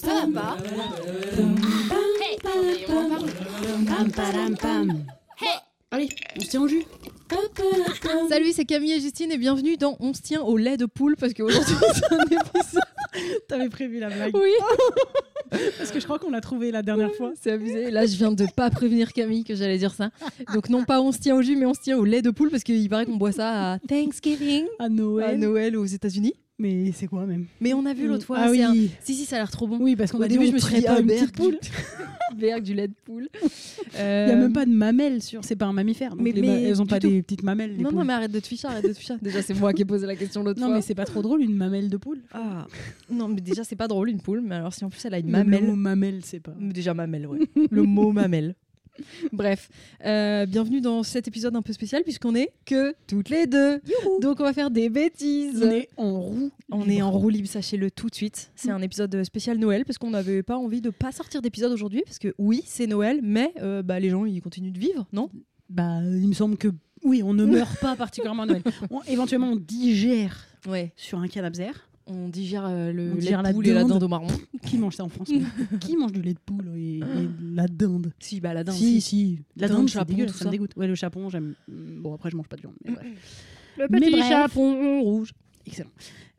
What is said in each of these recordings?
Ça va pas Allez, on se tient au jus. Salut, c'est Camille et Justine et bienvenue dans On se tient au lait de poule parce qu'aujourd'hui c'est un épisode. T'avais prévu la blague. Oui, Parce que je crois qu'on l'a trouvée la dernière fois. c'est abusé. Là, je viens de pas prévenir Camille que j'allais dire ça. Donc non pas on se tient au jus, mais on se tient au lait de poule parce qu'il paraît qu'on boit ça à Thanksgiving, À Noël. à Noël aux États-Unis. Mais c'est quoi même Mais on a vu l'autre fois. Ah c'est oui. un- Si si, ça a l'air trop bon. Oui, parce qu'on Au a début, dit, je me on suis traite dit, pas ah, une Berg. petite poule. Berg du lait de poule. Il n'y a même pas de mamelles sur. C'est pas un mammifère. Donc Euh, mais- les ma- mais Elles n'ont du pas tout. des petites mamelles. les Non non, poules. mais arrête de te ficher, arrête de te ficher. Déjà, c'est moi qui ai posé la question l'autre Non, fois. mais c'est pas trop drôle une mamelle de poule. Ah. Non, mais déjà, c'est pas drôle une poule, mais alors si en plus elle a une Même le mamelle. mot mamelle, c'est pas. Déjà mamelle, ouais. le mot mamelle. Bref, euh, bienvenue dans cet épisode un peu spécial puisqu'on est que toutes les deux. Donc on va faire des bêtises. On est en roue. On est en roue libre, Mm. sachez-le tout de suite. C'est un épisode spécial Noël parce qu'on n'avait pas envie de pas sortir d'épisode aujourd'hui parce que oui, c'est Noël, mais euh, bah, les gens ils continuent de vivre, non Bah, il me semble que. Oui, on ne meurt pas particulièrement à Noël. On- éventuellement, on digère Ouais. sur un canapzer. On digère euh, le On lait digère de la poule et la dinde. dinde au marron. Qui mange ça en France mais Qui mange du lait de poule et, et de la dinde si, bah la dinde. si. Si, si. La Dinde, dinde, chapon, c'est dégueulasse, tout ça ça. Mm, me dégoûte. Ouais, le chapon, j'aime. Bon, après, je mange pas de viande, mais bref. Le Mais petit bref. chapon rouge. Excellent.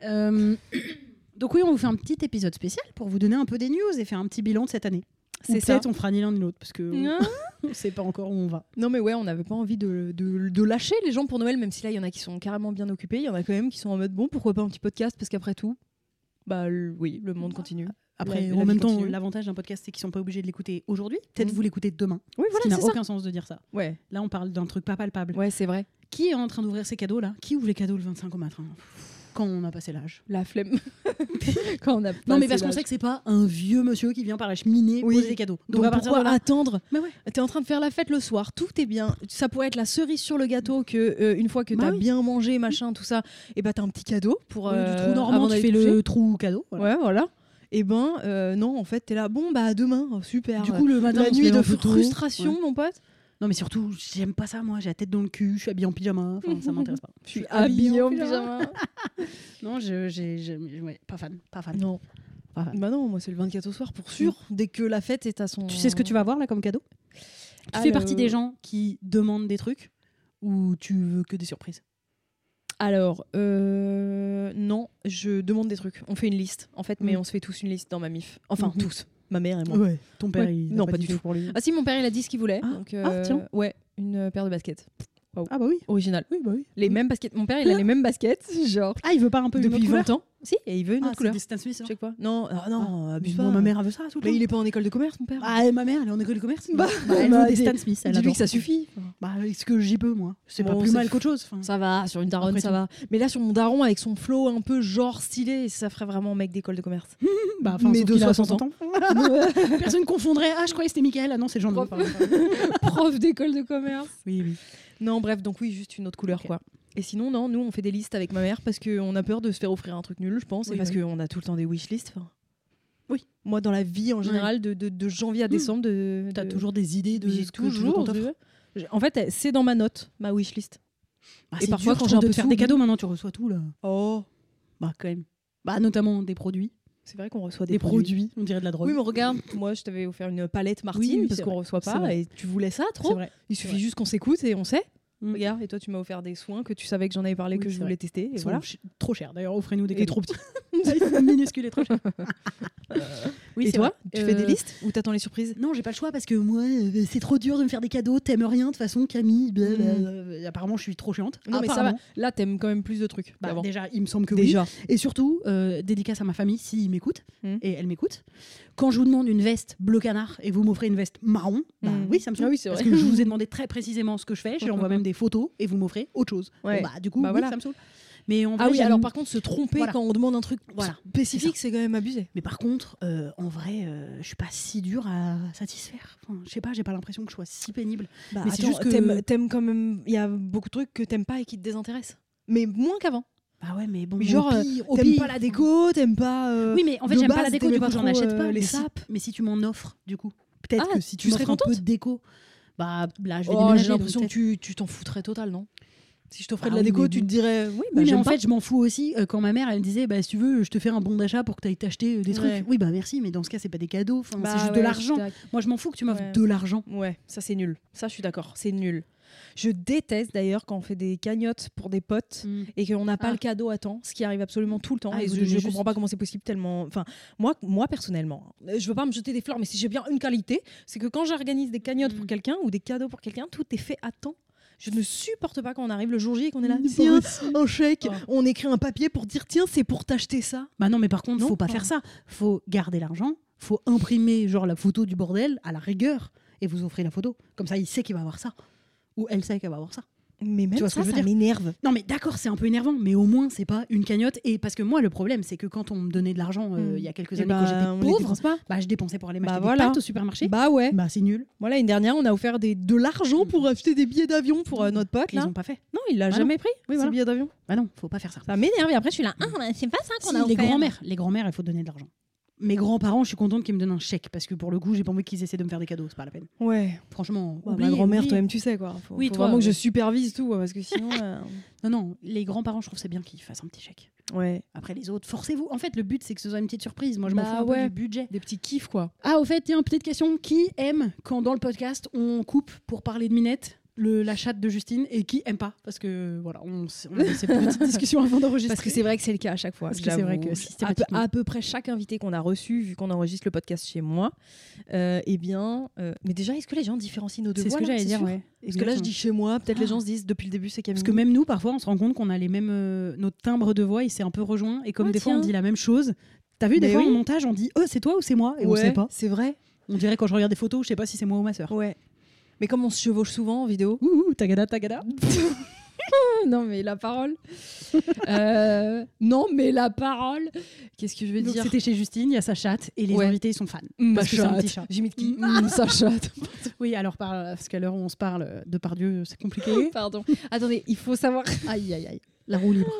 Euh, donc oui, on vous fait un petit épisode spécial pour vous donner un peu des news et faire un petit bilan de cette année. Ou C'est ça. Peut-être on fera ni l'un ni l'autre parce que on- on ne sait pas encore où on va. Non mais ouais, on n'avait pas envie de, de- de lâcher les gens pour Noël, même si là il y en a qui sont carrément bien occupés, il y en a quand même qui sont en mode bon, pourquoi pas un petit podcast parce qu'après tout, bah le- oui, le monde continue. Après, La- la en même vie temps, continue. l'avantage d'un podcast, c'est qu'ils sont pas obligés de l'écouter aujourd'hui. Peut-être Mhm. vous l'écoutez demain. Oui, ce qui n'a aucun sens de dire Mm. ça. Ouais, Là, on parle d'un truc pas palpable. ouais, c'est vrai. Qui est en train d'ouvrir ses cadeaux là Qui ouvre les cadeaux le 25 au matin Quand on a passé l'âge. La flemme. Quand on a Non, mais passé parce qu'on l'âge. sait que c'est pas un vieux monsieur qui vient par la cheminée Oui. poser des cadeaux. Donc, Donc à partir de pourquoi là, attendre Mais ouais. T'es en train de faire la fête le soir, tout est bien. Ça pourrait être la cerise sur le gâteau que euh, une fois que Bah t'as oui. bien mangé, machin, tout ça, et bah t'as un petit cadeau pour au lieu du euh, trou normand, avant tu d'aller fais te coucher. le trou cadeau. voilà. Ouais, voilà. Et ben euh, non, en fait, t'es là. Bon bah à demain, Oh, super. Du coup, le matin, la on se nuit lève de un peu tôt. frustration, mon pote. Non, mais surtout, j'aime pas ça, moi. J'ai la tête dans le cul, je suis habillée en pyjama. Enfin, ça m'intéresse pas. Je suis habillée habillée en Ah en hein. pyjama. Non, je, j'ai, je- ouais, pas fan. Pas fan. non. Pas fan. Bah non, moi c'est le 24 au soir pour sûr. Dès que la fête est à son. Mm. Tu sais ce que tu vas avoir là comme cadeau Tu fais Alors- partie des gens qui demandent des trucs ou tu veux que des surprises Alors, euh, non, je demande des trucs. On fait une liste, en fait, mais Mm. on se fait tous une liste dans ma mif. Enfin, Mhm. tous. Ma mère et moi. Ouais. Ton père, Ouais. il. a Non, pas dit du tout. pour lui. Ah si, mon père, il a dit ce qu'il voulait. Ah. donc, Ah, euh, tiens. Ouais, une euh, paire de baskets. Ah, bah oui. Original. Oui, bah oui. Les mêmes baskets. Mon père, il a les mêmes baskets, genre. Ah, il veut pas un peu une Depuis autre 20 ans. Si, et il veut une couleur autre couleur. Ah, c'est des Stan Smith, ça Je sais quoi. Non, ah, non, abuse Moi, pas. ma mère, elle veut ça tout le Mais il temps. est pas en école de commerce, mon père. Ah, et ma mère, elle est en école de commerce. Bah, elle bah, veut des dis- Stan Smith. Elle Dis-lui adore. que ça suffit. Bah, est-ce que j'y peux, moi C'est pas Bon, plus c'est mal f- qu'autre chose. enfin. Ça va, sur une daronne, Après ça tout. va. Mais là, sur mon daron, avec son flow un peu genre stylé, ça ferait vraiment mec d'école de commerce. Bah, enfin, Mais sauf de qu'il a 60 60 ans. Personne confondrait. Ah, je croyais que c'était Michael. Ah non, c'est Jean louis Prof. Prof d'école de commerce. Oui, oui. Non, bref, donc oui, juste une autre couleur, Ok. quoi. Et sinon, non, nous, on fait des listes avec ma mère parce qu'on a peur de se faire offrir un truc nul, je pense, Oui, bah et parce oui. qu'on a tout le temps des wishlists. enfin. Oui. Hmm. Moi, dans la vie, en général, de, de- de janvier à décembre, de. T'as de- toujours des idées de J'ai ce que tu veux qu'on toujours. t'offre. de- J'ai- En fait, c'est dans ma note, ma wishlist. Bah, Et c'est parfois, dur, quand je j'ai un trouve, de peu te faire sous- des cadeaux, maintenant tu reçois tout là. Oh Bah quand même. Bah notamment des produits, C'est vrai qu'on reçoit des, des, produits. on dirait de la drogue. Oui, mais regarde, moi, je t'avais offert une palette Martine oui, parce c'est qu'on vrai. reçoit C'est pas, vrai. et tu voulais ça c'est trop. vrai. Il Ouais. suffit juste qu'on s'écoute et on sait. Mm. Regarde, et toi, tu m'as offert des soins que tu savais que j'en avais parlé, Oui, que c'est je voulais vrai. tester. Et Ils sont voilà. ch- trop cher. D'ailleurs, offrez-nous des Et cadeaux. trop petits. Ils sont minuscules et trop chers. Oui, Et c'est toi, vrai. tu fais des Euh, listes ou t'attends les surprises Non, j'ai pas le choix parce que moi, euh, c'est trop dur de me faire des cadeaux. T'aimes rien de toute façon, Camille. blablabla. Apparemment, je suis trop chiante. Non, Mmh. Ah, mais ça va. Apparemment. Là, t'aimes quand même plus de trucs. Bah, qu'avant. déjà, il me semble que oui. Déjà. Et surtout, euh, dédicace à ma famille s'ils m'écoutent, Mm. et elle m'écoute. Quand je vous demande une veste bleu canard et vous m'offrez une veste marron, bah Mm. oui, ça me Ah saoule. oui, c'est Parce vrai. que je vous ai demandé très précisément ce que je fais, je leur envoie même des photos et vous m'offrez autre chose. Bon, Ouais. bah, du coup, Bah, oui, voilà. ça me saoule. Mais en Ah vrai, oui, j'aime- alors par contre, se tromper Voilà. quand on demande un truc Voilà. spécifique, c'est quand même abusé. Mais par contre, euh, en vrai, euh, je suis pas si dure à satisfaire. Enfin, je sais pas, j'ai pas l'impression que je sois si pénible. Bah, attends, Mais c'est juste que- t'aimes, t'aimes quand même. Il y a beaucoup de trucs que t'aimes pas et qui te désintéressent. Mais moins qu'avant. Bah ouais, mais bon, Mais genre, genre, euh, au pire, au t'aimes pire, pas la déco, t'aimes pas. euh, Oui, mais en fait, de j'aime pas base, la déco, t'aimais du pas coup, j'en trop, achète euh, pas. les mais si- sapes. Mais si tu m'en offres, du coup, peut-être Ah, que si tu, tu m'offres serais un peu contente de déco, bah là, je vais Oh, déménager. j'ai l'impression donc que tu, tu t'en foutrais total, non Si je t'offrais de Bah la oui, déco, mais tu bon. te dirais. Oui, bah, Oui, mais j'aime en pas. fait, je m'en fous aussi. euh, quand ma mère, elle me disait, bah, si tu veux, je te fais un bon d'achat pour que tu ailles t'acheter euh, des trucs. Ouais. Oui, bah merci, mais dans ce cas, c'est pas des cadeaux. enfin, Bah c'est juste de ouais, l'argent. je suis Moi, je m'en fous que tu m'offres Ouais. de l'argent. Ouais, ça c'est nul. Ça, je suis d'accord, c'est nul. Je déteste d'ailleurs quand on fait des cagnottes pour des potes et qu'on n'a pas Ah. le cadeau à temps, ce qui arrive absolument tout le temps. Ah, et vous je, donnez je juste- comprends pas comment c'est possible tellement. Enfin, moi, moi personnellement, hein, je veux pas me jeter des fleurs, mais si j'ai bien une qualité, c'est que quand j'organise des cagnottes pour Mm. quelqu'un ou des cadeaux pour quelqu'un, tout est fait à temps. Je ne supporte pas quand on arrive le jour J et qu'on est là. Mm, Tiens, c'est un chèque. Oh. On écrit un papier pour dire tiens, c'est pour t'acheter ça. Bah non, mais par contre, Non. faut pas faire ça. Faut garder l'argent, faut imprimer genre la photo du bordel à la rigueur et vous offrez la photo. Comme ça, il sait qu'il va avoir ça. Ou elle sait qu'elle va avoir ça. Mais même vois ce ça, que je veux ça dire m'énerve. Non, mais d'accord, c'est un peu énervant, mais au moins, c'est pas une cagnotte. Et parce que moi, le problème, c'est que quand on me donnait de l'argent euh, Mm. il y a quelques Et années, bah, quand on j'étais les pauvre, dépense pas. bah, je dépensais pour aller Bah m'acheter voilà. des pâtes au supermarché. Bah ouais. Bah, c'est nul. Voilà, une dernière, on a offert des, de l'argent pour acheter des billets d'avion pour euh, notre pote Ils là. Bah ont pas fait. Non, il l'a Ah non. jamais pris. ces Oui, voilà. billets d'avion. Bah non, faut pas faire ça. Ça m'énerve. Et après, je suis là. Ah, c'est pas ça qu'on Si, a offert. les grands-mères, les grands-mères, il faut donner de l'argent. Mes grands-parents, je suis contente qu'ils me donnent un chèque parce que pour le coup, j'ai pas envie qu'ils essaient de me faire des cadeaux, c'est pas la peine. Ouais. Franchement, Bah, oubliez, ma grand-mère, oubliez. toi-même, tu sais quoi. Faut, Oui, faut toi, vraiment que je ouais. supervise tout, quoi, parce que sinon. euh, Non, non, les grands-parents, je trouve c'est bien qu'ils fassent un petit chèque. Ouais. Après les autres, forcez-vous. En fait, le but c'est que ce soit une petite surprise. Moi, je m'en Bah fous un ouais. peu du budget. Des petits kiffs, quoi. Ah, au fait, tiens, petite question. Qui aime quand dans le podcast on coupe pour parler de Minette, le, la chatte de Justine, et qui aime pas Parce que voilà, on, s- on a ces petites discussions avant d'enregistrer. Parce que c'est vrai que c'est le cas à chaque fois. Parce que c'est vrai j'avoue. que à peu, systématiquement- à peu près chaque invité qu'on a reçu, vu qu'on enregistre le podcast chez moi, euh, eh bien. euh, mais déjà, est-ce que les gens différencient nos deux C'est ce voix, que là, j'allais c'est dire, sûr ouais. Parce que là, je dis chez moi, peut-être les gens se disent depuis le début, c'est Camille. Ah. Parce que même nous, parfois, on se rend compte qu'on a les mêmes. euh, notre timbre de voix, il s'est un peu rejoint. Et comme Ah, des fois, on tiens. dit la même chose. T'as vu, des Mais fois, oui. en montage, on dit Oh, c'est toi ou c'est moi Et on Ouais, sait pas. C'est vrai. On dirait quand je regarde des photos, je sais pas si c'est moi ou ma sœur. Ouais. Mais comme on se chevauche souvent en vidéo, Ouh, ouh, tagada, tagada. non mais la parole. Euh, non mais la parole. Qu'est-ce que je vais Donc, dire C'était chez Justine, il y a sa chatte, et les Ouais. invités, ils sont fans. Mm, parce ma que c'est un chatte. petit chat. J'ai mis de qui Mm. Mm, Sa chatte. Oui, alors, par- parce qu'à l'heure où on se parle, euh, de par Dieu, c'est compliqué. Pardon. Attendez, il faut savoir. Oh, aïe, aïe, aïe. La roue libre.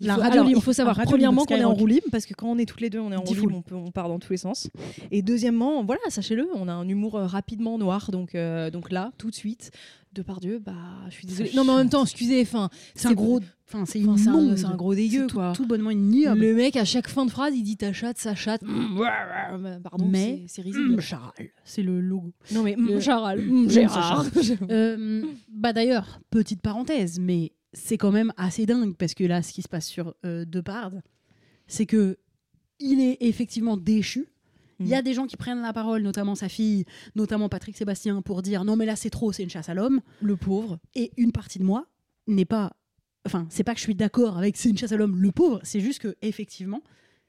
Il La faut, radio alors, libre. il faut savoir La radio premièrement libre, qu'on est en Skyrock. roue libre parce que quand on est toutes les deux, on est en roue Diffoul. libre, on, peut- on part dans tous les sens. Et deuxièmement, voilà, sachez-le, on a un humour euh, rapidement noir, donc euh, donc là, tout de suite, de par Dieu, bah, je suis désolée. Ça Non mais en même temps, excusez, enfin, C'est un gros. Enfin, c'est enfin, c'est un, immonde. c'est un gros dégueu C'est tout- quoi. Tout bonnement ignoble. Le mec, à chaque fin de phrase, il dit ta chatte, sa chatte. Mm, ouais, ouais, ouais, Pardon, Mais- c'est c'est Mm, risible. Charal, c'est le logo. Non, mais mm, Le- Charal, Mm, mm, Gérard. Euh, bah d'ailleurs, petite parenthèse, mais c'est quand même assez dingue parce que là, ce qui se passe sur euh, Depard, c'est que il est effectivement déchu. Il y a des gens qui prennent la parole, notamment sa fille, notamment Patrick Sébastien, pour dire non mais là c'est trop, c'est une chasse à l'homme. Le pauvre. Et une partie de moi n'est pas, enfin c'est pas que je suis d'accord avec c'est une chasse à l'homme, le pauvre, c'est juste que effectivement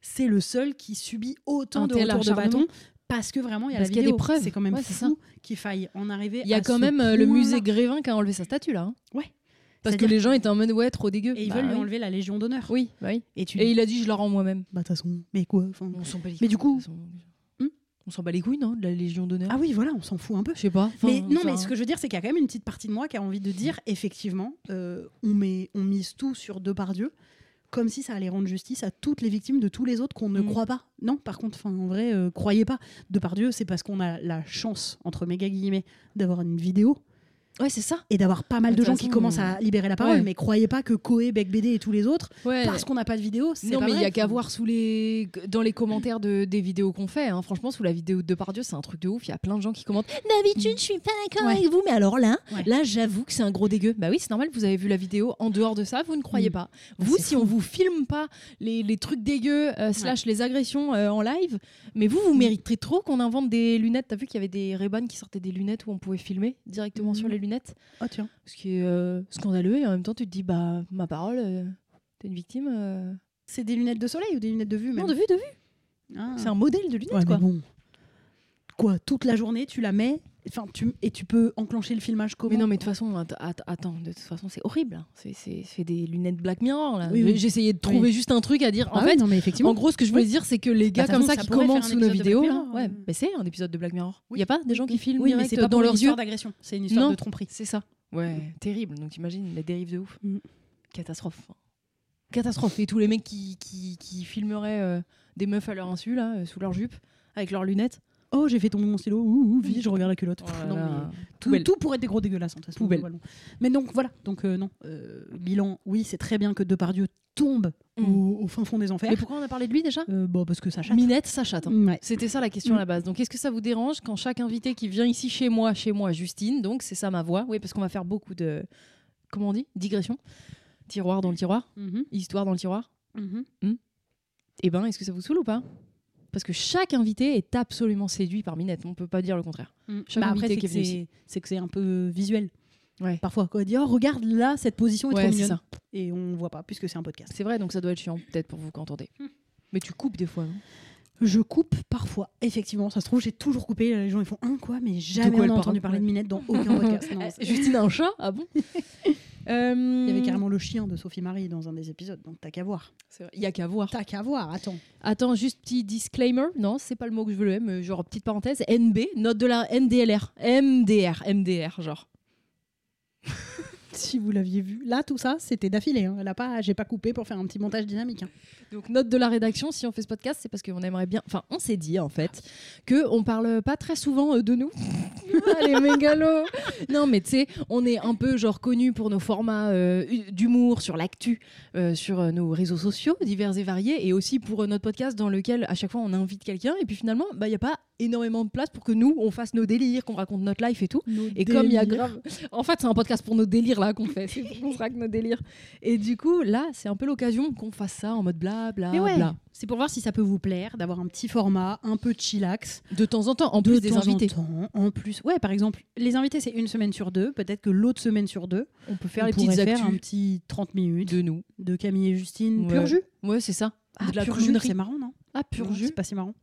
c'est le seul qui subit autant Un de tel retours de acharnement. bâton parce que vraiment il y a Parce la qu'il y a vidéo. des preuves. C'est quand même Ouais, c'est ça. fou qu'il faille en arriver. Il y a à quand ce même euh, le point-là. musée Grévin qui a enlevé sa statue, là. hein. Ouais. Parce que C'est-à-dire les gens étaient en mode, ouais, trop dégueu. Et ils Bah veulent lui oui. enlever la Légion d'honneur. Oui, bah oui. Et tu Et il a dit, je la rends moi-même. Bah, de toute façon, mais quoi enfin... On s'en bat les Mais du couilles, de coup- toute façon. Hmm On s'en bat les couilles, non De la Légion d'honneur Ah oui, voilà, on s'en fout un peu. Je sais pas. Enfin, mais non, enfin, mais ce que je veux dire, c'est qu'il y a quand même une petite partie de moi qui a envie de dire, effectivement, euh, on, met, on mise tout sur Depardieu, comme si ça allait rendre justice à toutes les victimes de tous les autres qu'on ne Mm. croit pas. Non, par contre, enfin, en vrai, euh, croyez pas. Depardieu, c'est parce qu'on a la chance, entre méga guillemets, d'avoir une vidéo Ouais, c'est ça. et d'avoir pas mal De de toute gens qui façon, commencent euh, à libérer la parole. ouais. Mais croyez pas que Koé, Beck BD et tous les autres, Ouais. parce qu'on n'a pas de vidéo, c'est Non, pas mais il vrai. y a qu'à voir sous les... dans les commentaires de... des vidéos qu'on fait. hein. Franchement, sous la vidéo de Depardieu, c'est un truc de ouf. Il y a plein de gens qui commentent. D'habitude, je suis pas d'accord Ouais. avec vous, mais alors là, Ouais. là, j'avoue que c'est un gros dégueu. Bah oui, c'est normal. Vous avez vu la vidéo. En dehors de ça, vous ne croyez Mm. pas. Vous, c'est si on vous filme pas les, les trucs dégueux euh, slash les agressions euh, en live, mais vous, vous Mm. mériterez trop qu'on invente des lunettes. T'as vu qu'il y avait des Ray-Ban qui sortaient des lunettes où on pouvait filmer directement sur Mm. les lunettes Oh, tiens. ce qui est euh, scandaleux et en même temps tu te dis bah ma parole euh, t'es une victime euh. C'est des lunettes de soleil ou des lunettes de vue non même de vue de vue Ah. c'est un modèle de lunette Ouais, mais quoi bon. Quoi, toute la journée, tu la mets enfin, tu, et tu peux enclencher le filmage comment mais non mais de toute façon att- att- attends de toute façon c'est horrible hein. c'est c'est c'est des lunettes Black Mirror là Oui, oui. j'essayais de trouver juste un truc à dire en Ah ouais, fait non, mais en effectivement. gros ce que je voulais Oui. dire c'est que les Bah, gars de comme toute ça façon, qui ça pourrait commentent faire un sous nos épisode de Black vidéos là, Mirror, ouais euh. mais c'est un épisode de Black Mirror il Oui. y a pas des gens qui filment oui, mais direct c'est pas dans pour leurs une yeux histoire d'agression, c'est une histoire Non. de tromperie. c'est ça ouais terrible donc t'imagines les dérives de ouf Mm. catastrophe hein. catastrophe. Et tous les mecs qui, qui, qui filmeraient euh, des meufs à leur insu, là, euh, sous leur jupe, avec leurs lunettes. Oh, j'ai fait tomber mon stylo, ouh, ouh, vie, je regarde la culotte. Pff, non, mais tout, Oh Poubelle. tout pourrait être des gros hein, dégueulasses. en toute façon, Poubelle. globalement. Mais donc, voilà. Donc, euh, non. Euh, bilan, oui, c'est très bien que Depardieu tombe Mm. au, au fin fond des Mais, enfers. pourquoi on a parlé de lui déjà Euh, bon, parce que ça chatte. Minette, ça chatte. hein. Ouais. C'était ça la question à la base. Donc, est-ce que ça vous dérange quand chaque invité qui vient ici chez moi, chez moi, Justine, donc c'est ça ma voix, oui, parce qu'on va faire beaucoup de. Comment on dit Digression Tiroir dans le tiroir Mm-hmm, Histoire dans le tiroir Eh ben, est-ce que ça vous saoule ou pas Parce que chaque invité est absolument séduit par Minette. On peut pas dire le contraire. Chaque Bah, invité après, c'est qui que est venu c'est- c'est que c'est un peu visuel. Ouais. Parfois, quoi. Dire, oh, regarde là, cette position est Ouais, trop c'est mignonne. ça. Et on voit pas, puisque c'est un podcast. C'est vrai, donc ça doit être chiant peut-être pour vous quand entendez. Hmm. Mais tu coupes des fois. hein. non Je coupe parfois, effectivement. Ça se trouve, j'ai toujours coupé. euh, Les gens ils font un quoi, mais jamais quoi on elle a entendu parle parler de Minette dans aucun podcast. Non, Euh, c'est- Justine a un chat Ah bon Euh, Il y avait carrément le chien de Sophie Marie dans un des épisodes, donc t'as qu'à voir. Il y a qu'à voir. T'as qu'à voir, attends. Attends, juste petit disclaimer. Non, c'est pas le mot que je voulais, mais genre petite parenthèse. NB, note de la NDLR. MDR, MDR, genre. Si vous l'aviez vu, là tout ça, c'était d'affilée. hein. Elle a pas, j'ai pas coupé pour faire un petit montage dynamique. hein. Donc note de la rédaction, si on fait ce podcast, c'est parce qu'on aimerait bien. Enfin, on s'est dit en fait que on parle pas très souvent euh, de nous. Allez, mégalos Non, mais tu sais, on est un peu genre connu pour nos formats euh, d'humour sur l'actu, euh, sur euh, nos réseaux sociaux divers et variés, et aussi pour euh, notre podcast dans lequel à chaque fois on invite quelqu'un, et puis finalement, bah il y a pas énormément de place pour que nous on fasse nos délires, qu'on raconte notre life et tout. Et comme il y a grave. En fait, c'est un podcast pour nos délires là qu'on fait. C'est pour qu'on se raconte nos délires. Et du coup, là, c'est un peu l'occasion qu'on fasse ça en mode bla bla Mais ouais, bla. c'est pour voir si ça peut vous plaire d'avoir un petit format, un peu chillax. De temps en temps, en plus De des temps en invités. temps, en plus, ouais, par exemple, les invités c'est une semaine sur deux, peut-être que l'autre semaine sur deux, On peut faire on les pourrait petites faire un actus petit 30 minutes de, de nous. Camille et Justine, Ouais. pur jus. Ouais, c'est ça. Ah, de la pur jus, coulinerie. c'est marrant, non Ah, Non, pur jus. C'est pas si marrant.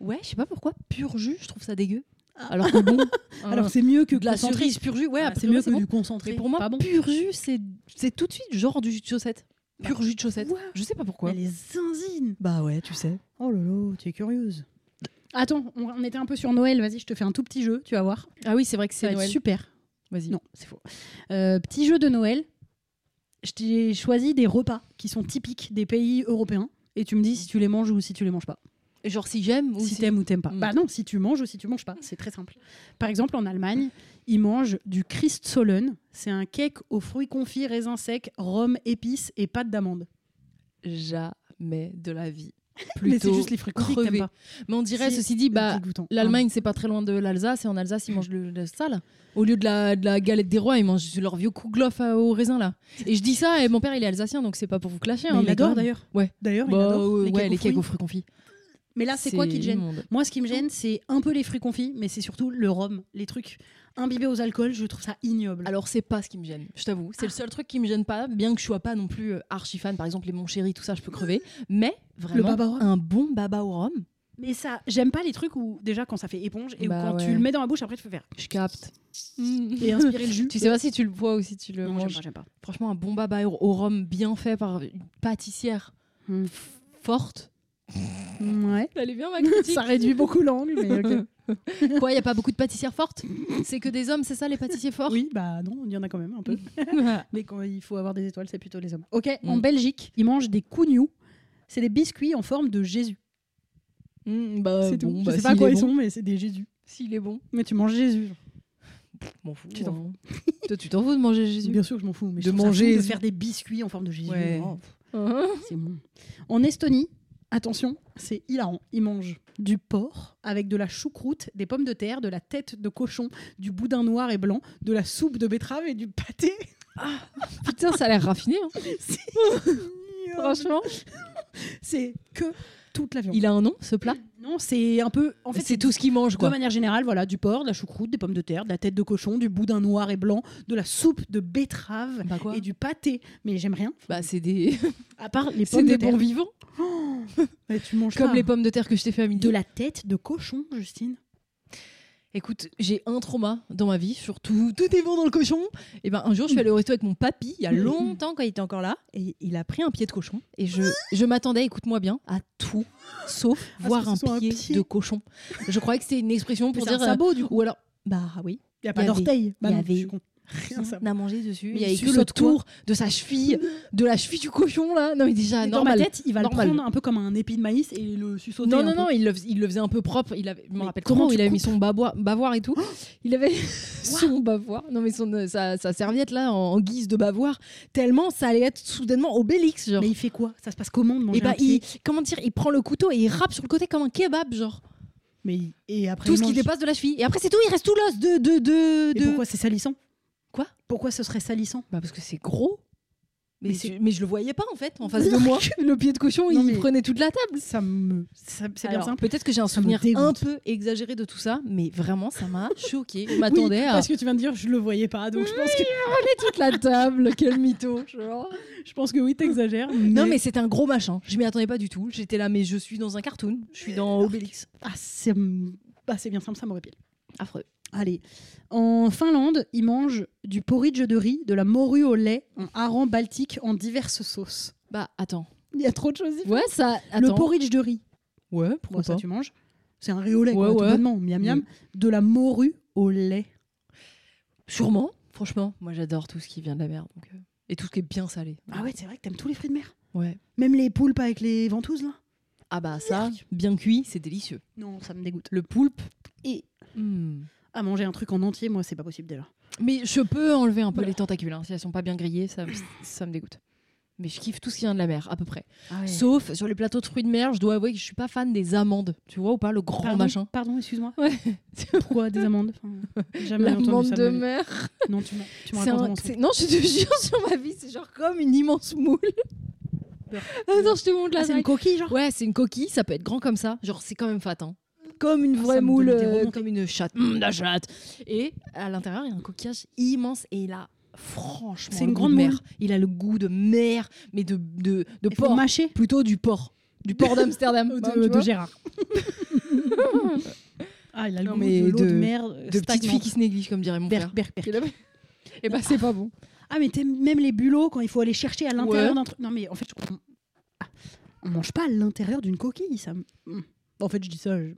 Ouais, je sais pas pourquoi. Pur jus, je trouve ça dégueu. Alors que bon. Ah. Alors c'est mieux que que de la concentré. cerise pur jus, ouais, Ah, a c'est priori, mieux que bon. du concentré. Mais pour moi, pas bon. pur jus, c'est c'est tout de suite genre du jus de chaussette. Pur jus de chaussette. Ouais. Je sais pas pourquoi. Mais les zinzines. Bah ouais, tu sais. Oh là là, tu es curieuse. Attends, on, on était un peu sur Noël. Vas-y, je te fais un tout petit jeu, tu vas voir. Ah oui, c'est vrai que Ça c'est va être Noël. super. Vas-y. Non, c'est faux. Euh, petit jeu de Noël. Je t'ai choisi des repas qui sont typiques des pays européens. Et tu me dis si tu les manges ou si tu les manges pas. Genre si j'aime ou si t'aimes ou t'aimes pas. Mm. Bah non, si tu manges ou si tu manges pas. C'est très simple. Par exemple, en Allemagne, ils mangent du Christstollen. C'est un cake aux fruits confits, raisins secs, rhum, épices et pâte d'amande. jamais de la vie. Mais c'est Plutôt juste les fruits confits que crevé. t'aimes pas. Mais on dirait, Si, ceci dit, bah, dégoûtant. l'Allemagne, c'est pas très loin de l'Alsace, et en Alsace, ils mangent le, le- ça, là. Au lieu de la, de la galette des rois, ils mangent leur vieux kouglof euh, au raisin, là. Et je dis ça, et mon père, il est alsacien, donc c'est pas pour vous clasher. Ah, hein, mais il mais adore quand même. d'ailleurs. Ouais. D'ailleurs, il Bah, adore ouais, les ouais, cakes les aux fruits. cakes aux fruits confits. Mais là, c'est quoi qui te gêne immonde. Moi, ce qui me gêne, c'est un peu les fruits confits, mais c'est surtout le rhum, les trucs imbibés aux alcools. Je trouve ça ignoble. Alors, c'est pas ce qui me gêne, je t'avoue. C'est le seul truc qui me gêne pas, bien que je sois pas non plus euh, archi fan. Par exemple, les Mon Chéri, tout ça, je peux crever. Mais vraiment, baba au rhum. un bon baba au rhum, mais ça, j'aime pas les trucs où déjà quand ça fait éponge et où Bah quand ouais. tu le mets dans la bouche, après tu peux faire je capte. Mm. et inspirer le jus. Tu sais pas si tu le bois ou si tu le Non, j'aime manges. pas, j'aime pas. Franchement, un bon baba au au rhum bien fait par une pâtissière Hmm. forte. Ouais. Elle est bien ma critique. Ça réduit beaucoup l'angle, mais ok. Quoi, il n'y a pas beaucoup de pâtissières fortes C'est que des hommes, c'est ça, les pâtissiers forts Oui, bah non, il y en a quand même un peu. Mais quand il faut avoir des étoiles, c'est plutôt les hommes. Ok, en Mm. Belgique, ils mangent des cougnous. C'est des biscuits en forme de Jésus. Hmm, bah, c'est tout. bon, Je bah, sais pas s'il à quoi est ils bon- sont, mais c'est des Jésus. S'il est bon. Mais tu manges Jésus. pff, m'en fous. Tu t'en hein. Toi, tu t'en fous de manger Jésus Bien sûr, je m'en fous. Mais Mm. De je trouve ça manger- fou de se faire des biscuits en forme de Jésus. Ouais. Oh, pff, Hein c'est bon. En Estonie, attention, c'est hilarant. Ils mangent du porc avec de la choucroute, des pommes de terre, de la tête de cochon, du boudin noir et blanc, de la soupe de betterave et du pâté. Putain, ça a l'air raffiné, hein, C'est ignoble. franchement. C'est que toute la viande. Il a un nom, ce plat Non, c'est un peu. En fait, C'est tout ce qu'il mange, De quoi. manière générale, voilà, du porc, de la choucroute, des pommes de terre, de la tête de cochon, du boudin noir et blanc, de la soupe de betterave Bah quoi et du pâté. Mais j'aime rien. Bah, c'est des, À part les c'est pommes de des terre. bons vivants. Ouais, tu manges Comme ça. les pommes de terre que je t'ai fait à midi. De la tête de cochon, Justine. Écoute, j'ai un trauma dans ma vie, surtout tout est bon dans le cochon. Et ben un jour, je suis allée au resto avec mon papy, il y a longtemps quand il était encore là, et il a pris un pied de cochon. Et je, je m'attendais, écoute-moi bien, à tout sauf ce voir Ah, que un ce soit un pied, pied de cochon. Je croyais que c'était une expression pour C'est un dire. euh, sabot, du coup. ou alors, bah oui, Il n'y a y pas avait- d'orteil. Bah y non, je avait- suis con. Rien, ça va. n'a mangé dessus. Mais Il y avait tu que le sautes quoi tour de sa cheville, de la cheville du cochon là. Non mais déjà Mais Dans ma Ah, normal. tête, il va normal. le prendre un peu comme un épi de maïs et le suçoter. Non, un non, peu. non, il le, fais- il le faisait un peu propre. Il avait, je me Mais rappelle comment comment tu il avait mis coupes Oh son baboi- bavoir et tout. Il avait son bavoir, non mais son, euh, sa, sa serviette là en, en guise de bavoir, tellement ça allait être soudainement obélix. Genre. Mais il fait quoi Ça se passe comment de manger et bah, un pied il, comment dire, il prend le couteau et il râpe sur le côté comme un kebab, genre. Mais il- et après tout il ce qui mange. dépasse de la cheville. Et après, c'est tout, il reste tout l'os de. de, de, Et de- pourquoi c'est salissant Quoi Pourquoi ce serait salissant Bah, parce que c'est gros. Mais, Mais tu- c'est- mais je le voyais pas en fait, en face de moi. le pied de cochon, Non, il mais- prenait toute la table. Ça me. ça- C'est bien Alors, simple. Peut-être que j'ai un Ça me souvenir un dégoûte. peu exagéré de tout ça, mais vraiment, ça m'a choqué. Je m'attendais Oui, à. Parce que tu viens de dire, je le voyais pas, donc je pense que, toute la table, quel mytho. genre. je pense que oui, t'exagères. Non, mais c'est un gros machin. Je m'y attendais pas du tout. J'étais là, mais je suis dans un cartoon. Je suis dans Obélix. Ah, c'est bah, c'est bien simple, ça me répile. Affreux. Allez. En Finlande, ils mangent du porridge de riz, de la morue au lait, un hareng baltique en diverses sauces. Bah, attends. Il y a trop de choses. différentes. Ouais, ça. Le porridge de riz, Ouais, bon, ça tu manges. C'est un riz au lait, Ouais, quoi, tout ouais. bonnement, miam miam. De la morue au lait. Sûrement. Franchement, moi j'adore tout ce qui vient de la mer. donc, euh, Et tout ce qui est bien salé. Ah ouais, c'est vrai que t'aimes tous les fruits de mer. Ouais. Même les poulpes avec les ventouses, là Ah bah, ça, bien cuit, c'est délicieux. Non, ça me dégoûte. Le poulpe. Et hmm. à manger un truc en entier, moi, c'est pas possible déjà. Mais je peux enlever un peu les tentacules. hein. Si elles sont pas bien grillées, ça, me- ça me dégoûte. Mais je kiffe tout ce qui vient de la mer, à peu près. Ah Sauf sur les plateaux de fruits de mer, je dois avouer que je suis pas fan des amandes. Tu vois ou pas, le grand Pardon, machin. Pardon, excuse-moi. Ouais. Pourquoi des amandes Enfin, Jamais entendu L'amande ça de ma vie. mer. Non, tu m'en- tu me C'est racontes un- mon c'est- truc. Non, je te jure sur ma vie, c'est genre comme une immense moule. Attends, je te montre la Ah, c'est une taille. coquille, genre Ouais, c'est une coquille, ça peut être grand comme ça. Genre, c'est quand même fat. hein. Comme une Ah, ça vraie me moule, donne des euh, remontées. comme une chatte. Hum, la chatte. Et à l'intérieur, il y a un coquillage immense et il a franchement. C'est le une goût grande de mer. moule. Il a le goût de mer, mais de, de, de Il faut porc. mâcher Plutôt du porc. Du port d'Amsterdam. Ou Bah, Euh, tu de, de vois. Gérard. ah, il a le Non, goût mais de l'eau de, de- mer euh, de petites filles qui se négligent, comme dirait mon Berk, père. berk, berk. Et bah, c'est pas bon. Ah, mais t'aimes même les bulots quand il faut aller chercher à l'intérieur Ouais. d'un truc. Non, mais en fait, je comprends. Ah, on mange pas à l'intérieur d'une coquille, ça. me- Mm. En fait, je dis ça, je,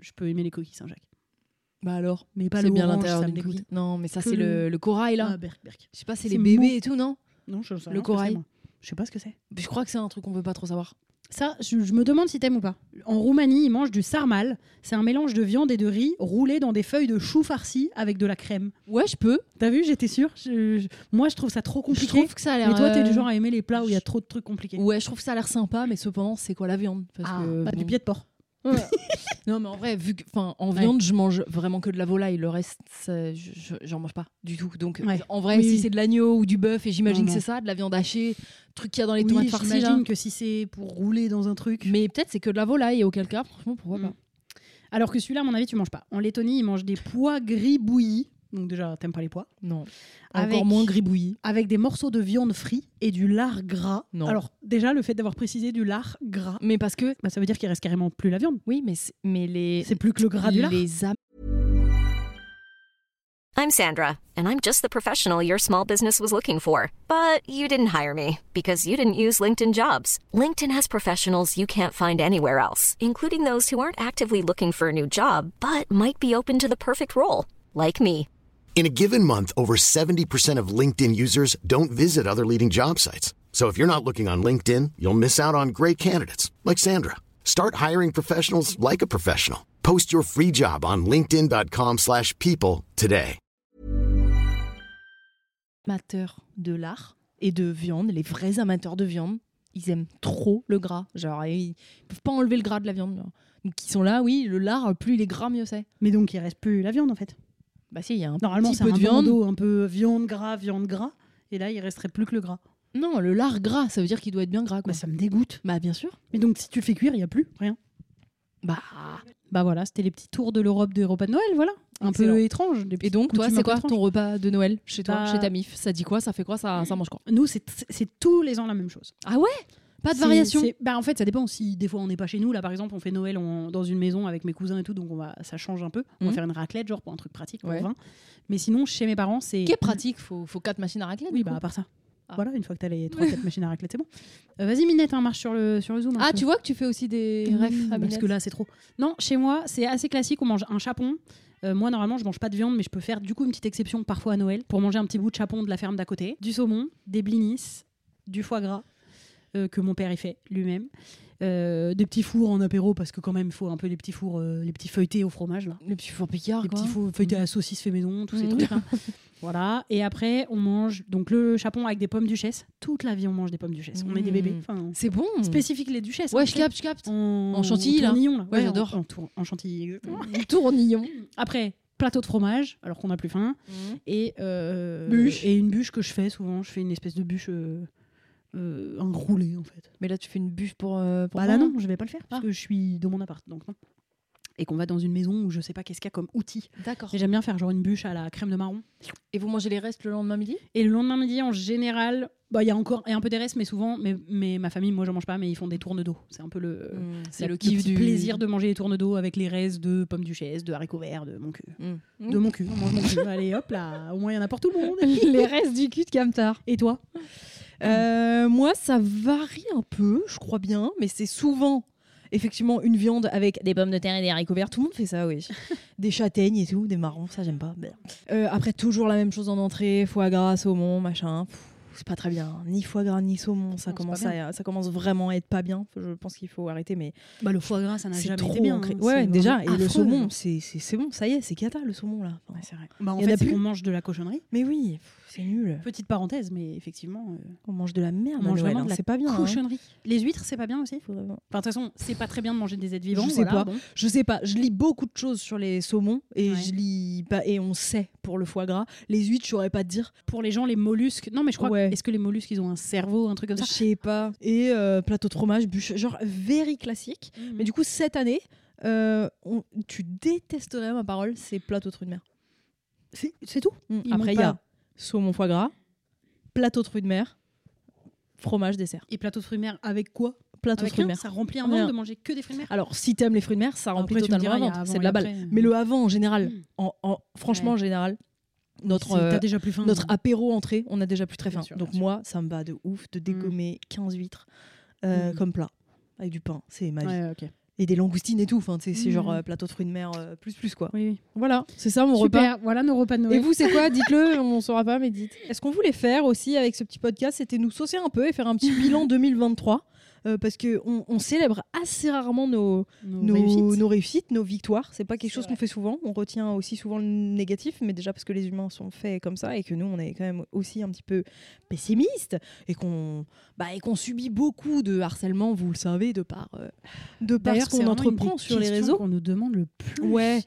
je peux aimer les coquilles Saint-Jacques. Bah alors. Mais pas C'est le bien orange, l'intérieur ça me d'une coquille. dégoûte. Non, mais ça, Que c'est le- le, le corail, là. Ah, berk, berk. Je sais pas, c'est C'est les bébés mou. et tout, non Non, je Le sais rien, je sais, corail. moi. Je sais pas ce que c'est. Je crois que c'est un truc qu'on peut pas trop savoir. Ça, je, je me demande si t'aimes ou pas. En Roumanie, ils mangent du sarmal. C'est un mélange de viande et de riz roulé dans des feuilles de chou farci avec de la crème. Ouais, je peux. T'as vu, j'étais sûre. Je- je- Moi, je trouve ça trop Je compliqué. trouve que ça a l'air. Mais toi, t'es du euh, genre à aimer les plats où il y a trop de trucs compliqués. Ouais, je trouve que ça a l'air sympa, mais cependant, c'est quoi la viande Parce Ah, que, bah, bon. du pied de porc. Non, mais en vrai, vu que, enfin, en viande, je mange vraiment que de la volaille. Le reste, ça, je- je- j'en mange pas du tout. Donc, Ouais. en vrai, Oui, si oui. c'est de l'agneau ou du bœuf, et j'imagine Non, que non. c'est ça, de la viande hachée, truc qu'il y a dans les Oui, tomates farcies là. j'imagine que si c'est pour rouler dans un truc. Mais peut-être c'est que de la volaille, et auquel cas, franchement, pourquoi Mm. pas Alors que celui-là, à mon avis, tu manges pas. En Lettonie, ils mangent des pois gris bouillis. Donc déjà, t'aimes pas les pois. Non. Avec- Encore moins gribouillis. Avec des morceaux de viande frite et du lard gras. Non. Alors déjà, le fait d'avoir précisé du lard gras, Mais parce que, bah, ça veut dire qu'il reste carrément plus la viande. oui, mais, c'est- mais les. C'est plus que le gras du lard. Les âmes. I'm Sandra, and I'm just the professional your small business was looking for. But you didn't hire me because you didn't use LinkedIn jobs. LinkedIn has professionals you can't find anywhere else, including those who aren't actively looking for a new job but might be open to the perfect role, like me. In a given month, over 70% of LinkedIn users don't visit other leading job sites. So if you're not looking on LinkedIn, you'll miss out on great candidates like Sandra. Start hiring professionals like a professional. Post your free job on linkedin.com/people slash people today. amateurs de l'art et de viande, les vrais amateurs de viande, ils aiment trop le gras. Genre, et ils peuvent pas enlever le gras de la viande. genre. Donc, ils sont là, oui, le lard, plus il est gras, mieux c'est. Mais donc, il reste plus la viande, en fait. Bah, si, il y a un Normalement, petit c'est peu un de viande. bandeau un peu viande gras, viande gras. Et là, il resterait plus que le gras. Non, le lard gras, ça veut dire qu'il doit être bien gras. Quoi. Bah, ça me dégoûte. Bah, bien sûr. Mais donc, si tu le fais cuire, il n'y a plus rien. Bah. Bah voilà, c'était les petits tours de l'Europe de repas de Noël, voilà. Un Excellent. peu étrange. des Et petites donc, toi, coutumes un c'est peu quoi étranges. ton repas de Noël chez toi, Bah- chez ta mif Ça dit quoi Ça fait quoi Ça, ça mange quoi Nous, c'est c'est tous les ans la même chose. Ah ouais Pas de C'est- variation c'est- Bah, en fait, ça dépend si des fois on n'est pas chez nous. Là, par exemple, on fait Noël en- dans une maison avec mes cousins et tout, donc on va, ça change un peu. On va Mhm. faire une raclette, genre pour un truc pratique, pour Ouais. le vin. Mais sinon, chez mes parents, c'est. Qui est pratique, faut, faut quatre machines à raclette. Oui, du coup. bah, à part ça. Ah. Voilà, une fois que t'as les 3-4 machines à raclette, c'est bon. Euh, Vas-y, Minette, hein, marche sur le, sur le zoom. un Ah, peu. tu vois que tu fais aussi des Mmh, refs à parce Minette. que là, c'est trop. Non, chez moi, c'est assez classique. On mange un chapon. Euh, moi, normalement, je mange pas de viande, mais je peux faire du coup une petite exception parfois à Noël pour manger un petit bout de chapon de la ferme d'à côté, du saumon, des blinis, du foie gras euh, que mon père y fait lui-même, Euh, des petits fours en apéro parce que quand même, il faut un peu les petits fours, euh, les petits feuilletés au fromage là. Le petit four picard, Les quoi. Mmh. petits faux- feuilletés à saucisse fait maison, tous ces Mm. trucs. hein. voilà. Et après, on mange donc le chapon avec des pommes duchesse. Toute la vie, on mange des pommes duchesse. On est des Mm. bébés. Enfin, C'est bon. spécifique les duchesses. Ouais, hein, je tu sais. capte, je capte. En, En chantilly, en là. tournillon, là. Ouais, j'adore. Mmh. En, en tour- en chantilly. exactement. Tournillon. Après, plateau de fromage, alors qu'on n'a plus faim. Mhm. Et, euh, Bûche. et une bûche que je fais souvent. Je fais une espèce de bûche euh, euh, enroulée, en fait. Mais là, tu fais une bûche pour. euh, pour bah moi, là, non, je vais pas le faire, parce Ah. que je suis dans mon appart, donc non. Et qu'on va dans une maison où je sais pas qu'est-ce qu'il y a comme outil. D'accord. Et j'aime bien faire genre une bûche à la crème de marron. Et vous mangez les restes le lendemain midi Et le lendemain midi, en général, bah, il y a encore il y a un peu des restes, mais souvent, mais, mais ma famille, moi, j'en mange pas, mais ils font des tournes d'eau. Mm. C'est un peu le, Mhm. C'est la- le kiff petit du plaisir de manger les tournes d'eau avec les restes de pommes duchesse, de haricots verts, de mon cul. Mm. De mon cul, on mange mon cul. Allez, hop là, au moins il y en a pour tout le monde. les restes du cul de Camtar. Et toi Euh, moi, ça varie un peu, je crois bien, mais c'est souvent effectivement une viande avec des pommes de terre et des haricots verts. Tout le monde fait ça, oui. des châtaignes et tout, des marrons, ça j'aime pas. Bleh. Euh, après, toujours la même chose en entrée, foie gras, saumon, machin. Pff, C'est pas très bien, ni foie gras ni saumon, ça Non, c'est commence, pas à, ça commence vraiment à être pas bien. Je pense qu'il faut arrêter, mais Bah le foie gras, ça n'a c'est jamais trop été bien. ancré. hein. Ouais, C'est déjà, et vraiment le affreux. saumon, c'est c'est- c'est bon, ça y est, c'est cata le saumon là. Enfin, Ouais, c'est vrai. Bah en Il y en a fait, c'est plus. qu'on mange de la cochonnerie. mais oui, pff, c'est nul. Petite parenthèse, mais effectivement, euh, On mange de la merde, on mange à Noël, vraiment hein, de la c'est pas bien. hein. cochonnerie. Les huîtres, c'est pas bien aussi. Faut vraiment- Enfin, de toute façon, c'est pas très bien de manger des êtres vivants. Je sais voilà, pas. bon. Je sais pas, je lis beaucoup de choses sur les saumons et Ouais. je lis pas et on sait pour le foie gras, les huîtres, je saurais pas te dire. Pour les gens, les mollusques. Non, mais je crois. Ouais. que- Est-ce que les mollusques, ils ont un cerveau, un truc comme Je ça sais pas. Et euh, plateau de fromage, bûche, genre very classique. Mhm. Mais du coup cette année, euh, on- tu détesterais ma parole, c'est plateau de fruits de mer. c'est c'est tout. Mm. Ils Après m'ont il y a pas- saumon foie gras, plateau de fruits de mer, fromage dessert. Et plateau de fruits de mer avec quoi Plateau Avec de fruits de rien, mer. Ça remplit un ventre Rien. de manger que des fruits de mer. Alors si t'aimes les fruits de mer, ça remplit Après, tu me totalement diras, il y la a vente, avant c'est de et la balle. après. Mais le avant en général, Mm. en, en- franchement Ouais. en général, notre C'est- euh, T'as déjà plus faim. Notre apéro entrée, on a déjà plus très Mm. Bien faim. sûr, Donc bien sûr. moi, ça me va de ouf de dégommer 15 huîtres euh, Mm. comme plat avec du pain, c'est ma vie. Ouais, ok. Et des langoustines et tout, enfin tu sais, c'est Mm. genre euh, plateau de fruits de mer euh, plus plus quoi. Oui, oui. Voilà, c'est ça mon repas. Super, voilà nos repas de Noël. Et vous, c'est quoi Dites-le, on saura pas, mais dites. Est-ce qu'on voulait faire aussi avec ce petit podcast, c'était nous saucer un peu et faire un petit bilan 2023 euh, parce que on, on célèbre assez rarement nos, nos, nos, nos réussites. réussites. nos victoires. C'est pas quelque chose qu'on fait souvent. On retient aussi souvent le négatif, mais déjà parce que les humains sont faits comme ça et que nous, on est quand même aussi un petit peu pessimistes et qu'on bah, et qu'on subit beaucoup de harcèlement, vous le savez, de par, euh, de par ce D'ailleurs, c'est qu'on entreprend sur les réseaux. On nous demande le plus. Ouais,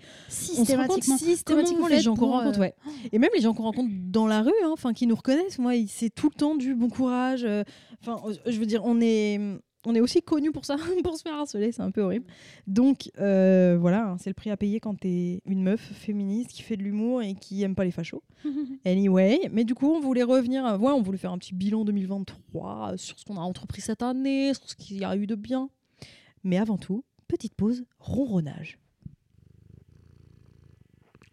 on se rend compte systématiquement. Comment systématiquement vous les faites gens qu'on pour, rencontre, euh, ouais. Et même les gens qu'on rencontre dans la rue, hein, enfin qui nous reconnaissent. Moi, ils- c'est tout le temps du bon courage. euh, Enfin, euh, je veux dire, on est, on est aussi connu pour ça, pour se faire harceler, c'est un peu horrible. Donc euh, voilà, hein, c'est le prix à payer quand t'es une meuf féministe qui fait de l'humour et qui aime pas les fachos. Anyway, mais du coup, on voulait revenir, à, ouais, on voulait faire un petit bilan 2023 euh, sur ce qu'on a entrepris cette année, sur ce qu'il y a eu de bien. Mais avant tout, petite pause, ronronnage.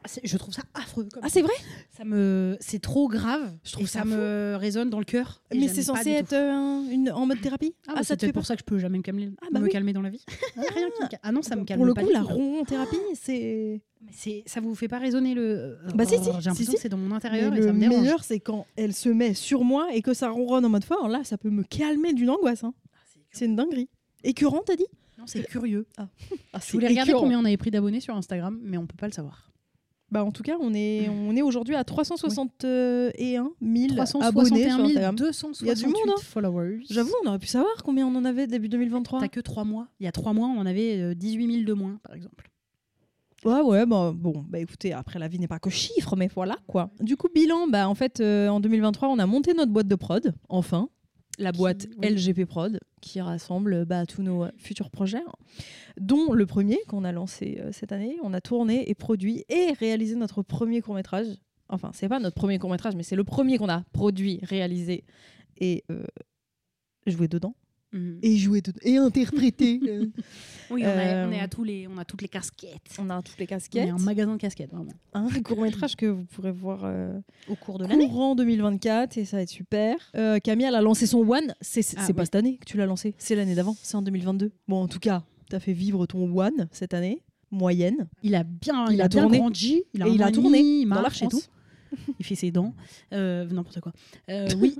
C'est- Je trouve ça affreux. Comme Ah c'est vrai ça me, c'est trop grave. Je trouve trouve ça, ça me résonne dans le cœur. et Mais j'aime c'est pas censé du être tout. euh, un- une, en mode thérapie Ah, bah, ça c'est te fait peut-être peur pour ça que je peux jamais me calmer, Ah, bah me oui. calmer dans la vie. Rien qui me calme. Ah non, ça me calme Pour le pas coup, du la tout. ronron-thérapie, c'est... Mais c'est- ça vous fait pas résonner le. euh, oh, Bah, si, si, J'ai l'impression si, si. que c'est dans mon intérieur Mais et le Ah ça me dérange. meilleur, c'est quand elle se met sur moi et que ça ronronne en mode fort. Là, ça peut me calmer d'une angoisse. hein. Ah, C'est une dinguerie. Écœurant, t'as dit Non, c'est curieux. Ah, Je voulais regarder combien on avait pris d'abonnés sur Instagram, mais on peut pas le savoir. Bah, en tout cas, on est, on est aujourd'hui à 361 000 abonnés sur 361 Instagram. 268 Il y a du monde, hein. followers. J'avoue, hein. on aurait pu savoir combien on en avait début 2023. T'as que 3 mois. Il y a 3 mois, on en avait euh, 18 000 de moins, par exemple. Ouais, ouais, bah, bon, bah écoutez, après la vie n'est pas que chiffres, mais voilà quoi. Du coup, bilan, bah en fait, euh, en 2023, on a monté notre boîte de prod, enfin, la Qui- boîte oui. LGP Prod, qui rassemble euh, bah, tous nos euh, futurs projets, hein, dont le premier qu'on a lancé euh, cette année. On a tourné et produit et réalisé notre premier court métrage. Enfin, c'est pas notre premier court métrage, mais c'est le premier qu'on a produit, réalisé et euh, joué dedans. Et joué dedans. Et interprété. euh. Oui, Mmh. on a- on est à tous les, on a toutes les casquettes. on a toutes les On est casquettes. un magasin de casquettes, vraiment. Un court métrage que vous pourrez voir. euh, Au cours de l'année. courant 2024 et ça va être super. Euh, Camille, elle a lancé son One. C'est c'est Ah, pas oui. cette année que tu l'as lancé, c'est l'année d'avant, c'est en 2022. Bon, en tout cas, t'as fait vivre ton One cette année, moyenne. Il a bien, Il il, a a, bien tourné. grandi. Il a, Et un il a an et tourné demi, il dans la marche et tout. France. Il fait ses dents. Euh, N'importe quoi. Euh, oui.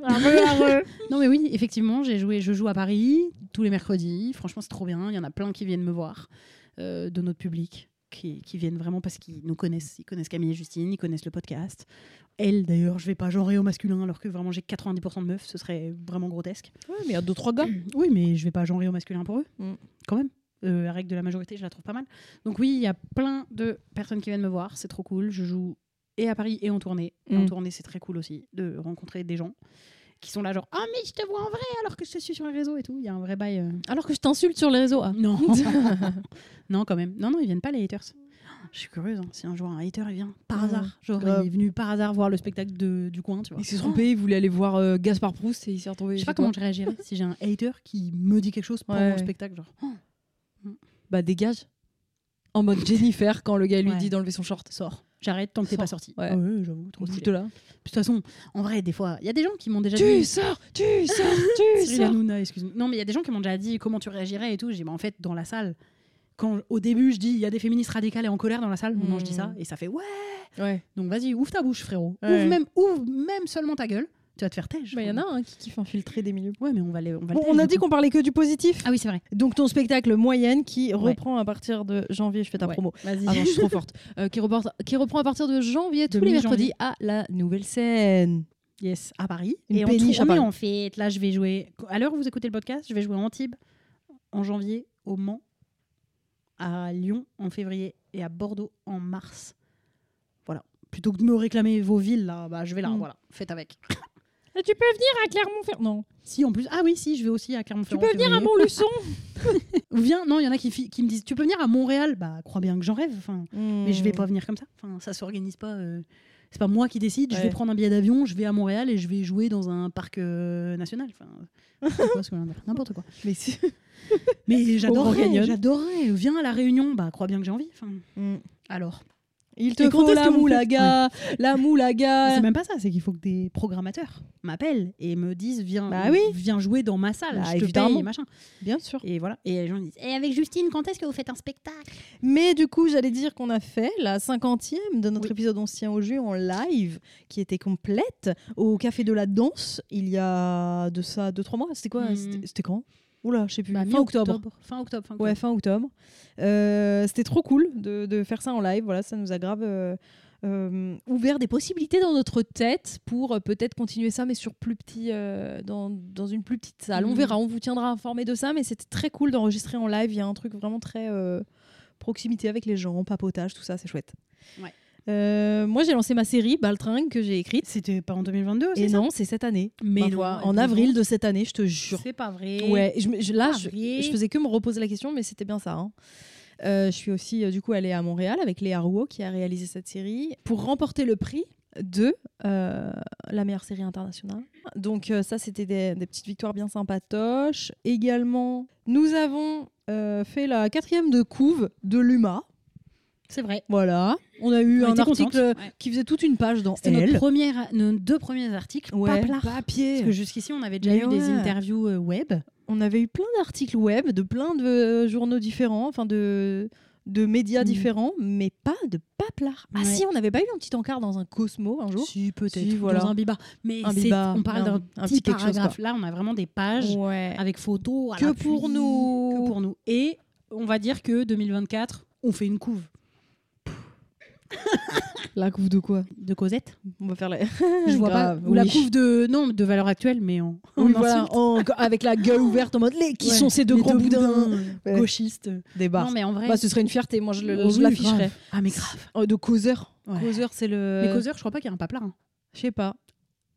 non mais oui, effectivement, j'ai joué. Je joue à Paris tous les mercredis. Franchement, c'est trop bien. Il y en a plein qui viennent me voir euh, de notre public, qui, qui viennent vraiment parce qu'ils nous connaissent. Ils connaissent Camille et Justine, ils connaissent le podcast. Elle, d'ailleurs, je vais pas genrer au masculin alors que vraiment j'ai 90% de meufs. Ce serait vraiment grotesque. Ouais, mais il y a deux, trois gars. Oui, mais je vais pas genrer au masculin pour eux, Mm. quand même. Euh, la règle de la majorité, je la trouve pas mal. Donc oui, il y a plein de personnes qui viennent me voir, c'est trop cool. Je joue et à Paris et en tournée. Et Mm. En tournée, c'est très cool aussi de rencontrer des gens qui sont là genre ah mais je te vois en vrai alors que je te suis sur les réseaux et tout. Il y a un vrai bail. euh. Alors que je t'insulte sur les réseaux. ah. Non, non quand même. Non non, ils viennent pas les haters. Je suis curieuse. hein, Si un jour un hater il vient par Ouais, hasard, genre grave. il est venu par hasard voir le spectacle de- du coin, tu vois. Oh, Ils se sont trompés, ils voulaient aller voir euh, Gaspard Proust et il s'est retrouvé. Je sais chez pas toi. comment je réagirais si j'ai un hater qui me dit quelque chose pendant Ouais. le spectacle genre. Oh, Bah, dégage. En mode Jennifer quand le gars lui Ouais. dit d'enlever son short. Sors. J'arrête tant que t'es pas Sors. sorti. Ouais. j'avoue, trop stylé. de là. De toute façon, en vrai, des fois, il y a des gens qui m'ont déjà Tu dit. sors, tu sors, tu Cyril sors. Hanouna, excuse-moi. Non, mais il y a des gens qui m'ont déjà dit comment tu réagirais et tout. J'ai dit, bah, en fait, dans la salle, quand au début je dis il y a des féministes radicales et en colère dans la salle, maintenant je dis ça Mm. et ça fait ouais. Ouais. Donc vas-y, ouvre ta bouche, frérot. Ouais. Ouvre, même, ouvre même seulement ta gueule. Tu vas te faire têche. Bah, il y en a un qui kiffe infiltrer des milieux. Ouais, mais on va les. On, va le Bon, têche, on a du dit coup. qu'on parlait que du positif. Ah oui, c'est vrai. Donc ton spectacle moyenne qui reprend à partir de janvier, je fais ta Ouais. promo. Vas-y. Ah non, je suis trop forte. Euh, qui, reporte- qui reprend à partir de janvier De tous les mi-janvier. mercredis à la nouvelle scène. Yes, à Paris. Une et péniche à en tournée, Paris. en fait, là, je vais jouer. À l'heure où vous écoutez le podcast, je vais jouer en Antibes en janvier, au Mans, à Lyon en février et à Bordeaux en mars. Voilà. Plutôt que de me réclamer vos villes, là, bah, je vais là. Mm. Voilà. Faites avec. Ah, Et tu peux venir à Clermont-Ferrand. Non. Si, en plus. Ah oui, si, je vais aussi à Tu Clermont-Ferrand. peux en venir à février. Montluçon. Ou Viens, non, il y en a qui, fi- qui me disent Tu peux venir à Montréal Bah, crois bien que j'en rêve. Enfin, Mais je vais pas venir comme ça. Enfin, ça s'organise pas. euh, C'est pas moi qui décide. Je Ouais. vais prendre un billet d'avion, je vais à Montréal et je vais jouer dans un parc euh, national. Enfin, n'importe quoi, ce que l'on veut dire. n'importe quoi. Mais si- Mais Canyon. j'adorerais, j'adorerais. Viens à la Réunion, bah crois bien que j'ai envie. Enfin, Mm. alors. Il te Hmm. Et quand faut est-ce la que vous faites moulaga, la Mais C'est moulaga. même pas ça, c'est qu'il faut que des programmateurs m'appellent et me disent viens, Bah oui. viens jouer dans ma salle, Bah, je te évidemment. paye, machin. Bien sûr. Et voilà. Et les gens disent et avec Justine, quand est-ce que vous faites un spectacle Mais du coup, j'allais dire qu'on a fait la cinquantième de notre Oui. épisode On se tient au jus en live, qui était complète au Café de la Danse il y a de ça deux trois mois. C'était quoi Mm. C'était c'était quand Oula, je sais plus. Bah, fin octobre. mi-octobre. Fin octobre. Fin octobre. Ouais, fin octobre. Euh, C'était trop cool de, de faire ça en live. Voilà, ça nous a grave euh, euh, ouvert des possibilités dans notre tête pour euh, peut-être continuer ça, mais sur plus petit, euh, dans, dans une plus petite salle. On Mhm. verra, on vous tiendra informé de ça. Mais c'était très cool d'enregistrer en live. Il y a un truc vraiment très euh, proximité avec les gens, papotage, tout ça, c'est chouette. Ouais. Euh, moi, j'ai lancé ma série Baltringue que j'ai écrite. C'était pas en 2022, c'est Et ça non, c'est cette année. Mais Ma non, foi, elle en peut avril vendre. de cette année, je te jure. C'est pas vrai. Ouais, je, me- je- là, je, Mariée. je faisais que me reposer la question, mais c'était bien ça. hein. Euh, je suis aussi, euh, du coup, allée à Montréal avec Léa Rouault, qui a réalisé cette série, pour remporter le prix de euh, la meilleure série internationale. Donc euh, ça, c'était des, des petites victoires bien sympatoches. Également, nous avons euh, fait la quatrième de couve de Luma. C'est vrai. Voilà, on a eu On un était article contentes, ouais. qui faisait toute une page dans euh, C'était notre Elle. première, nos deux premiers articles, Ouais, pas plats. papier. Parce que jusqu'ici, on avait déjà Mais eu des ouais. interviews euh, web. on avait eu plein d'articles web de plein de euh, journaux différents, enfin de, de médias Mhm. différents, mais pas de paplard. Ah Ouais. si, on n'avait pas eu un petit encart dans un Cosmo un jour Si, peut-être. Si, voilà. Dans un biba. Mais Un c'est- biba, on parle un- d'un un petit petit quelque chose, paragraphe. Là, on a vraiment des pages Ouais. avec photos. à Que l'appui, pour nous. Que pour nous. Et on va dire que 2024, on fait une couve. La couve de quoi de Cosette. On va faire la. Je vois pas. Ah, Grave, Ou la oui. couve de non de valeur actuelle, mais en, en Oui, voilà, insulte. en- avec la gueule ouverte en mode les qui Ouais. sont ces deux Les gros boudins, Ouais. gauchistes. des barres. Non mais en vrai. Bah, ce serait une fierté, moi je le- Oh je oui, l'afficherais. grave. Ah mais grave. Oh, de causeur. Ouais. Causeur, c'est le. Mais causeur, je crois pas qu'il y a un paplard. hein. Je sais pas.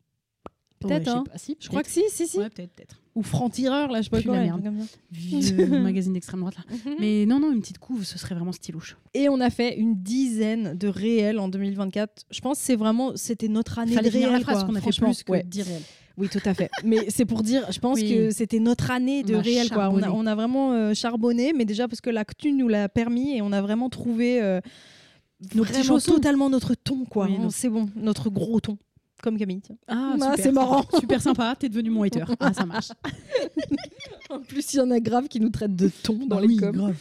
Ouais, je Peut-être, sais hein. pas. Si, Je crois que si, si, si. Ouais, peut-être, peut-être. Ou franc-tireur, là, je sais pas Puis quoi. la un merde. truc comme ça. Vieux magazine d'extrême droite là. Mais non, non, une petite couve, ce serait vraiment stylouche. Et on a fait une dizaine de réels en 2024. Je pense que c'est vraiment, c'était notre année Fallait de réels. finir la phrase quoi, qu'on a fait franchement. plus que Ouais. 10 réels. Oui, tout à fait. mais c'est pour dire, je pense Oui. que c'était notre année de On a réel. Quoi. On, a, charbonné. on a vraiment euh, charbonné, mais déjà parce que l'actu nous l'a permis et on a vraiment trouvé euh, Nos vraiment petits chaussons. totalement notre ton. quoi. Oui, On- notre- C'est bon, notre gros ton. Comme Camille. tiens. Ah, Ah, super. c'est marrant. Super sympa, t'es devenu mon hater. Ah, ça marche. En plus, il y en a grave qui nous traitent de ton dans Bah les oui, coms. grave.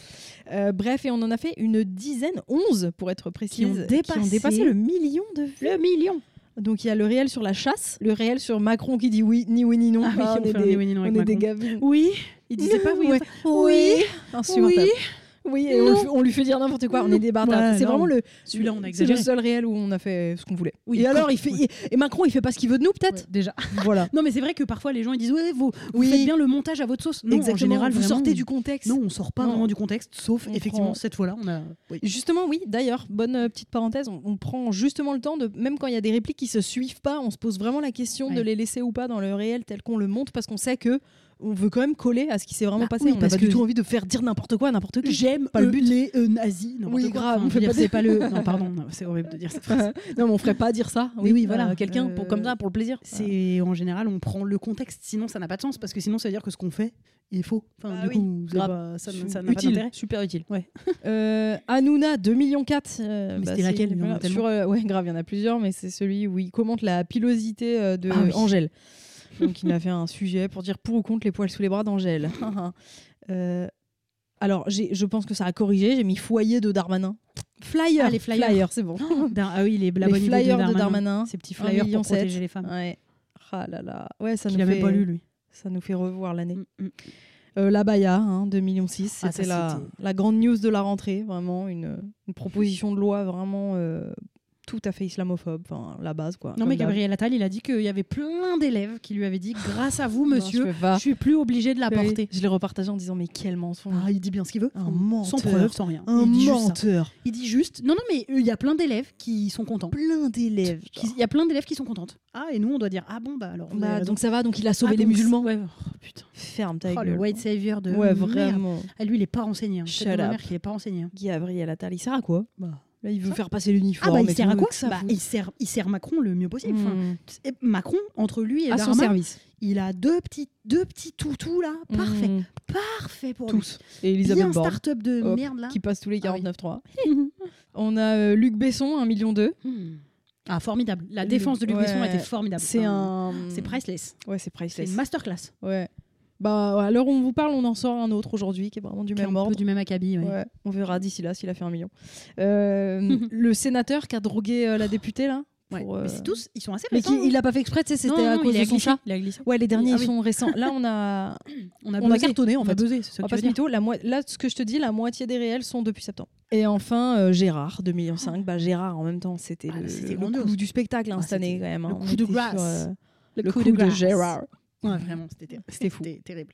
Euh, bref, et on en a fait une dizaine, 11 pour être précise, Qui ont dépassé- dépassé le million de vues. Le million. Donc il y a le réel sur la chasse, le réel sur Macron qui dit oui, ni oui ni non. Ah oui, Ah, on fait un Léonine on avec est des Macron. gavines. Oui. Il disait pas oui. oh Ouais. Oui. Insupportable. Oui, et on, Non. lui fait- on lui fait dire n'importe quoi, on est des bâtards. Ouais, c'est non. vraiment le, Celui-là, on a c'est le exagéré. seul réel où on a fait ce qu'on voulait. Oui, et comme- alors, il fait, oui. et Macron, il fait pas ce qu'il veut de nous, Ouais, peut-être déjà. Voilà. Non, mais c'est vrai que parfois les gens ils disent ouais, vous, vous Oui. faites bien le montage à votre sauce. Non, Exactement, en général, vous vraiment, sortez du on- contexte. Non, on sort pas Non. vraiment du contexte, sauf On effectivement prend- cette fois-là, on a. Oui. Justement, oui. D'ailleurs, bonne euh, petite parenthèse, on, on prend justement le temps de, même quand il y a des répliques qui se suivent pas, on se pose vraiment la question de Ouais. les laisser ou pas dans le réel tel qu'on le monte, parce qu'on sait que on veut quand même coller à ce qui s'est vraiment Bah passé. oui, on n'a parce pas du que- tout envie de faire dire n'importe quoi à n'importe qui. J'aime Pas le euh, but. les euh, nazis. n'importe Oui, quoi. grave, Enfin, on fait je veux pas dire, c'est des- pas le. Non, pardon, non, c'est horrible de dire cette phrase. non, mais on ferait pas dire ça. Mais oui, voilà. à Quelqu'un pour Euh, comme ça pour le plaisir. C'est en général, on prend le contexte, sinon ça n'a pas de sens parce que sinon ça veut dire que ce qu'on fait est faux. Enfin, Bah du oui, coup, c'est grave. pas- ça n- ça n'a pas utile, d'intérêt. super utile. Ouais. Euh, Hanouna, 2 millions 4. euh, Mais bah, c'était c'est- laquelle Il y en a voilà, tellement. sur, euh, Ouais, grave, il y en a plusieurs, mais c'est celui où il commente la pilosité euh, de Ah oui. Angèle. Donc il a fait un sujet pour dire pour ou contre les poils sous les bras d'Angèle. Euh, alors, j'ai- je pense que ça a corrigé. J'ai mis foyer de Darmanin. Flyer. Ah, les flyers. c'est bon. Dar- Ah oui, les, la Les bonne idée flyers de de Darmanin. Darmanin, Ces petits 1 flyers million pour protéger sept. les femmes. Ouais. Ah là là. Ouais, ça Qu'il nous, a fait, même pas lu, lui. ça nous fait revoir l'année. Mm, mm. Euh, la Baya, hein, 2,6 millions. C'était Ah, ça, la, c'était- la grande news de la rentrée, vraiment. Une, une proposition de loi vraiment euh, tout à fait islamophobe, enfin, la base. Quoi, Non, comme mais d'hab. Gabriel Attal, il a dit qu'il y avait plein d'élèves qui lui avaient dit Grâce à vous, Non, monsieur, je Ah, je, peux pas. suis plus obligé de la Oui, porter. Je l'ai repartagé en disant, mais quel mensonge. Ah, il dit bien ce qu'il veut. Un Sans- menteur. Sans preuve, sans rien. un il dit juste ça. menteur. Il dit juste Non, non, mais euh, il y a plein d'élèves qui sont contents. Plein d'élèves. Qui- Il y a plein d'élèves qui sont contentes. Ah, et nous, on doit dire Ah bon, bah alors. vous avez Bah, raison. donc ça va, donc il a Ah, sauvé les donc, musulmans. ouais, oh, putain. Ferme ta Oh, gueule. le white savior de. Ouais, merde. vraiment. Ah, lui, il est pas renseigné. Hein. Peut-être Shut de ma up. mère qu'il est pas renseigné. hein. Gabriel Attal, il sert à quoi Bah. Là, il veut Ça faire passer l'uniforme. Ah, bah, il et sert à tout, quoi que ça Bah, mmh. fout. il, sert, il sert Macron le mieux possible. Enfin, Mm. et Macron, entre lui et À Ah, son Darmanin, service. il a deux petits, deux petits toutous là. Parfait. Mm. Parfait pour lui. Tous. Et Bien Elisabeth Borne. start-up de Hop, merde là. qui passe tous les Ah oui. 49.3. On a euh, Luc Besson, 1 million 2. Hmm. Ah, formidable. La Le- défense de Luc Besson ouais. était formidable. C'est Enfin, un. Ah, C'est priceless. Ouais, c'est C'est priceless. une masterclass. Ouais. Bah, à l'heure où on vous parle, on en sort un autre aujourd'hui qui est vraiment du Qui est un même peu ordre. du même acabit. ouais. Ouais, on verra d'ici là s'il a fait un million. Euh, le sénateur qui a drogué euh, la députée, là. Ouais. pour, euh, Mais c'est tous, ils sont assez Mais récents. qui, il l'a pas fait exprès, tu sais, Ah, Non, c'était à non, cause il de a son glissé, chat. il a glissé. Ouais, les derniers, Ah ils oui. sont récents. Là, on a, On a, on a buzzé. cartonné, en on fait. a buzzé, c'est ça On va que tu pas veux se dire. mytho, la moi- là, ce que je te dis, la moitié des réels sont depuis septembre. Et enfin, euh, Gérard, 2,5 millions. Bah, Gérard, en même temps, c'était Ah, le, c'était le grandiose. coup du spectacle hein, Ah, cette année, c'était quand même. le hein. coup On de était sur, grâce. euh, Le le coup, coup de de, grâce. Gérard. Ouais, vraiment, c'était C'était fou. c'était terrible.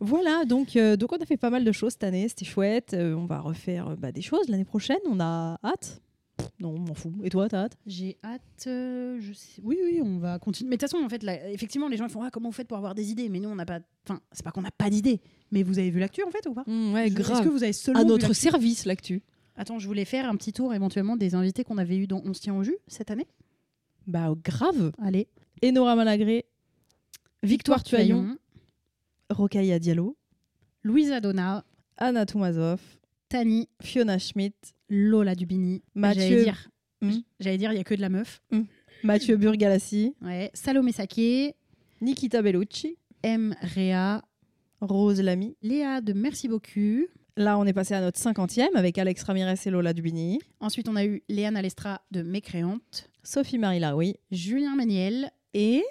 Voilà, donc, euh, donc on a fait pas mal de choses cette année, c'était chouette. Euh, on va refaire euh, bah, des choses l'année prochaine, on a hâte. Pff, Non, on m'en fout. Et toi, t'as hâte J'ai hâte. euh, je sais... Oui, oui, on va continuer. Mais de toute façon, en fait, là, effectivement, les gens ils font ah, comment vous faites pour avoir des idées Mais nous, on n'a pas. Enfin, c'est pas qu'on n'a pas d'idées. Mais vous avez vu l'actu en fait ou pas Mmh, Ouais, Je- Est-ce que vous avez seulement Eh, À vu notre l'actu service, l'actu. Attends, je voulais faire un petit tour éventuellement des invités qu'on avait eu dans On se tient au jus cette année. Bah, grave. Allez. Enora Malagré, Victoire Tuaillon, Tuaillon, Rocaille Diallo, Louisa Donna, Anna Toumazov, Tani, Fiona Schmidt, Lola Dubini, Mathieu. J'allais dire, Hmm. j'allais dire, il y a que de la meuf. Mathieu Burgalassi, Ouais. Salomé Saké, Nikita Bellucci, M. Réa, Rose Lamy. Léa de Merci beaucoup. Là, on est passé à notre cinquantième avec Alex Ramirez et Lola Dubini, Ensuite, on a eu Léane Alestra de Mécréante, Sophie-Marie Laroui Julien Méniel. et...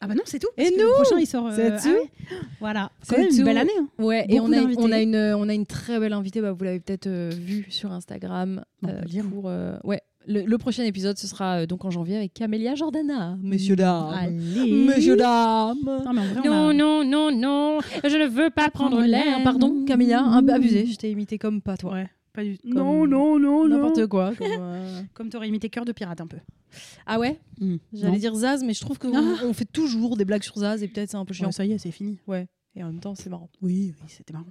Ah bah non, c'est tout. Et parce que nous le prochain, il sort. euh, C'est ah tout ouais. Voilà. C'est Quand même tout. une belle année. hein. Ouais, et Beaucoup on a, d'invités. on, a une, on a une très belle invitée, bah, vous l'avez peut-être euh, vue sur Instagram. On peut le dire. pour, euh, ouais, Le, le prochain épisode, ce sera euh, donc en janvier avec Camélia Jordana. Messieurs dames. Allez. Messieurs dames. Non, mais en Mm. vrai, on Non, a- non, non, non, je ne veux pas prendre Prendre l'air. l'air. Pardon, Camélia, un peu abusé. je t'ai imité comme pas toi. Ouais, pas du tout. Non, non, non, N'importe quoi. comme, euh, Comme t'aurais imité cœur de pirate un peu. Ah ouais J'allais dire Zaz, mais je trouve qu'on Ah. on fait toujours des blagues sur Zaz et peut-être c'est un peu chiant. ça y est, c'est fini. Et en même temps, c'est marrant. Oui, oui, c'était marrant.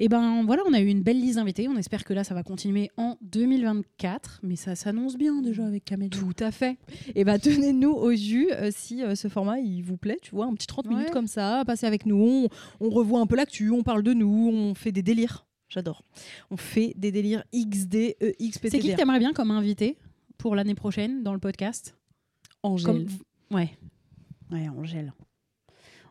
Et ben voilà, on a eu une belle liste d'invités. On espère que là, ça va continuer en 2024. Mais ça s'annonce bien déjà avec Camélie. Tout à fait. Et bah tenez-nous au jus euh, si euh, ce format il vous plaît, tu vois, un petit 30 minutes Ouais. comme ça, passez avec nous, on, on revoit un peu l'actu, on parle de nous, on fait des délires. J'adore. On fait des délires XD, euh, C'est qui que XPTDR. t'aimerais bien comme invité pour l'année prochaine dans le podcast Angèle. Comme- Ouais. Ouais, Angèle.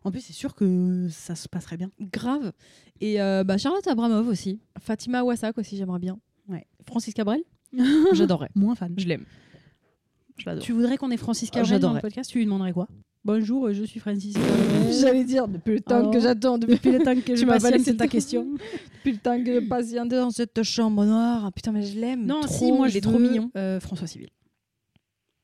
En plus, c'est sûr que ça se passerait bien. Grave. Et euh, bah, Charlotte Abramov aussi. Fatima Wassak aussi, j'aimerais bien. Ouais. Francis Cabrel J'adorerais. Moins fan. Je l'aime. Je l'adore. Tu voudrais qu'on ait Francis Ah, Cabrel dans le j'adorerais. podcast Tu lui demanderais quoi Bonjour, euh, je suis Francis Cabrel. J'allais dire, depuis le temps que j'attends, Depuis le temps que Tu je m'as pas patiente, laissé c'est ta question. depuis le temps que je patiente dans cette chambre noire. Ah, Putain, mais je l'aime. Non, trop, si, moi il je est trop veux, mignon. euh, François Civil.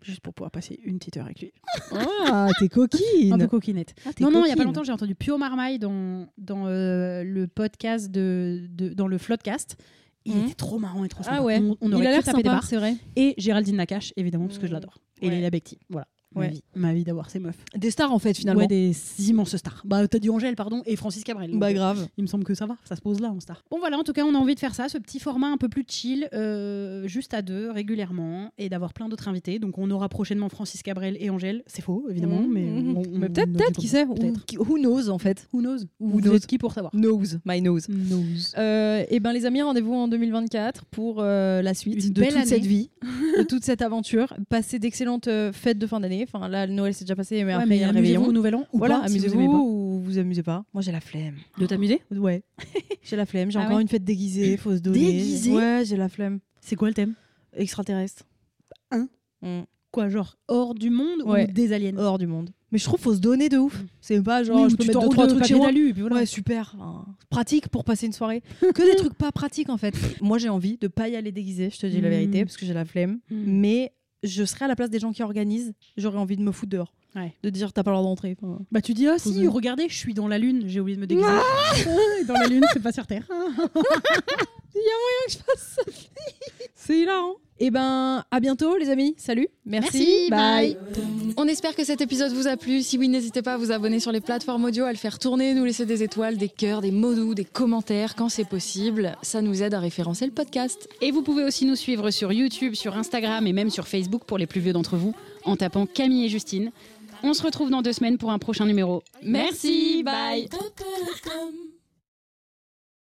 Juste pour pouvoir passer une petite heure avec lui. Ah, t'es coquine. Un peu coquinette. Ah, Non, non, il y a pas longtemps, j'ai entendu Pio Marmaille dans, dans euh, le podcast de, de- dans le Floodcast. Il Mhm. était trop marrant et trop sympa. Ah ouais. On, on il aurait a l'air pu taper des sympa, barres. c'est vrai. Et Géraldine Nakache, évidemment, parce que je Mhm. l'adore. Et Ouais. Leila Bekti. Voilà. Ma Ouais. vie, ma vie d'avoir ces meufs. Des stars en fait finalement. Ouais, des immenses stars. Bah, t'as dit Angèle, pardon, et Francis Cabrel. Donc, Bah grave. il me semble que ça va, ça se pose là en star. Bon voilà, en tout cas, on a envie de faire ça, ce petit format un peu plus chill, euh, juste à deux, régulièrement, et d'avoir plein d'autres invités. Donc on aura prochainement Francis Cabrel et Angèle. C'est faux, évidemment, Mhm, Mmh. mais, mhm. on- on- Mais peut-être, on- peut-être, qui sait. Ou- Peut-être. qui- Who knows en fait. Who knows Who Vous knows êtes qui pour savoir Knows, my nose. Knows. Euh, et ben les amis, rendez-vous en 2024 pour euh, la suite Une de toute belle cette année. vie, de toute cette aventure. Passez d'excellentes euh, fêtes de fin d'année. Enfin là, le Noël c'est déjà passé, mais Ouais, après il mais y a le réveillon. amusez-vous au nouvel an ou voilà, pas, si vous amusez-vous aimez pas. ou vous amusez pas. Moi j'ai la flemme. De t'amuser Ouais, j'ai la flemme. J'ai Ah encore ouais une fête déguisée, faut se donner. Déguisée Ouais, j'ai la flemme. C'est quoi le thème Extraterrestre. Hein Mm. Quoi, genre hors du monde Ouais. ou des aliens Hors du monde. Mais je trouve faut se donner de ouf. C'est pas genre Oui, ou je peux tu mettre deux t'enroules trois de trucs papier chez moi. d'alu, et puis voilà. Ouais, super. hein. Pratique pour passer une soirée. Que des trucs pas pratiques en fait. Moi, j'ai envie de pas y aller déguisée, je te dis la Mm. vérité, parce que j'ai la flemme. Mm. Mais je serais à la place des gens qui organisent, j'aurais envie de me foutre dehors. Ouais. De dire t'as pas le droit d'entrer. Enfin, Bah tu dis ah Poser. si regardez je suis dans la lune j'ai oublié de me déguiser dans la lune c'est pas sur terre C'est hilarant. Et ben, à bientôt les amis. Salut. Merci. Merci, bye. On espère que cet épisode vous a plu. Si oui, n'hésitez pas à vous abonner sur les plateformes audio, à le faire tourner, nous laisser des étoiles, des cœurs, des mots doux, des commentaires quand c'est possible. Ça nous aide à référencer le podcast. Et vous pouvez aussi nous suivre sur YouTube, sur Instagram et même sur Facebook pour les plus vieux d'entre vous en tapant Camille et Justine. On se retrouve dans deux semaines pour un prochain numéro. Merci, bye.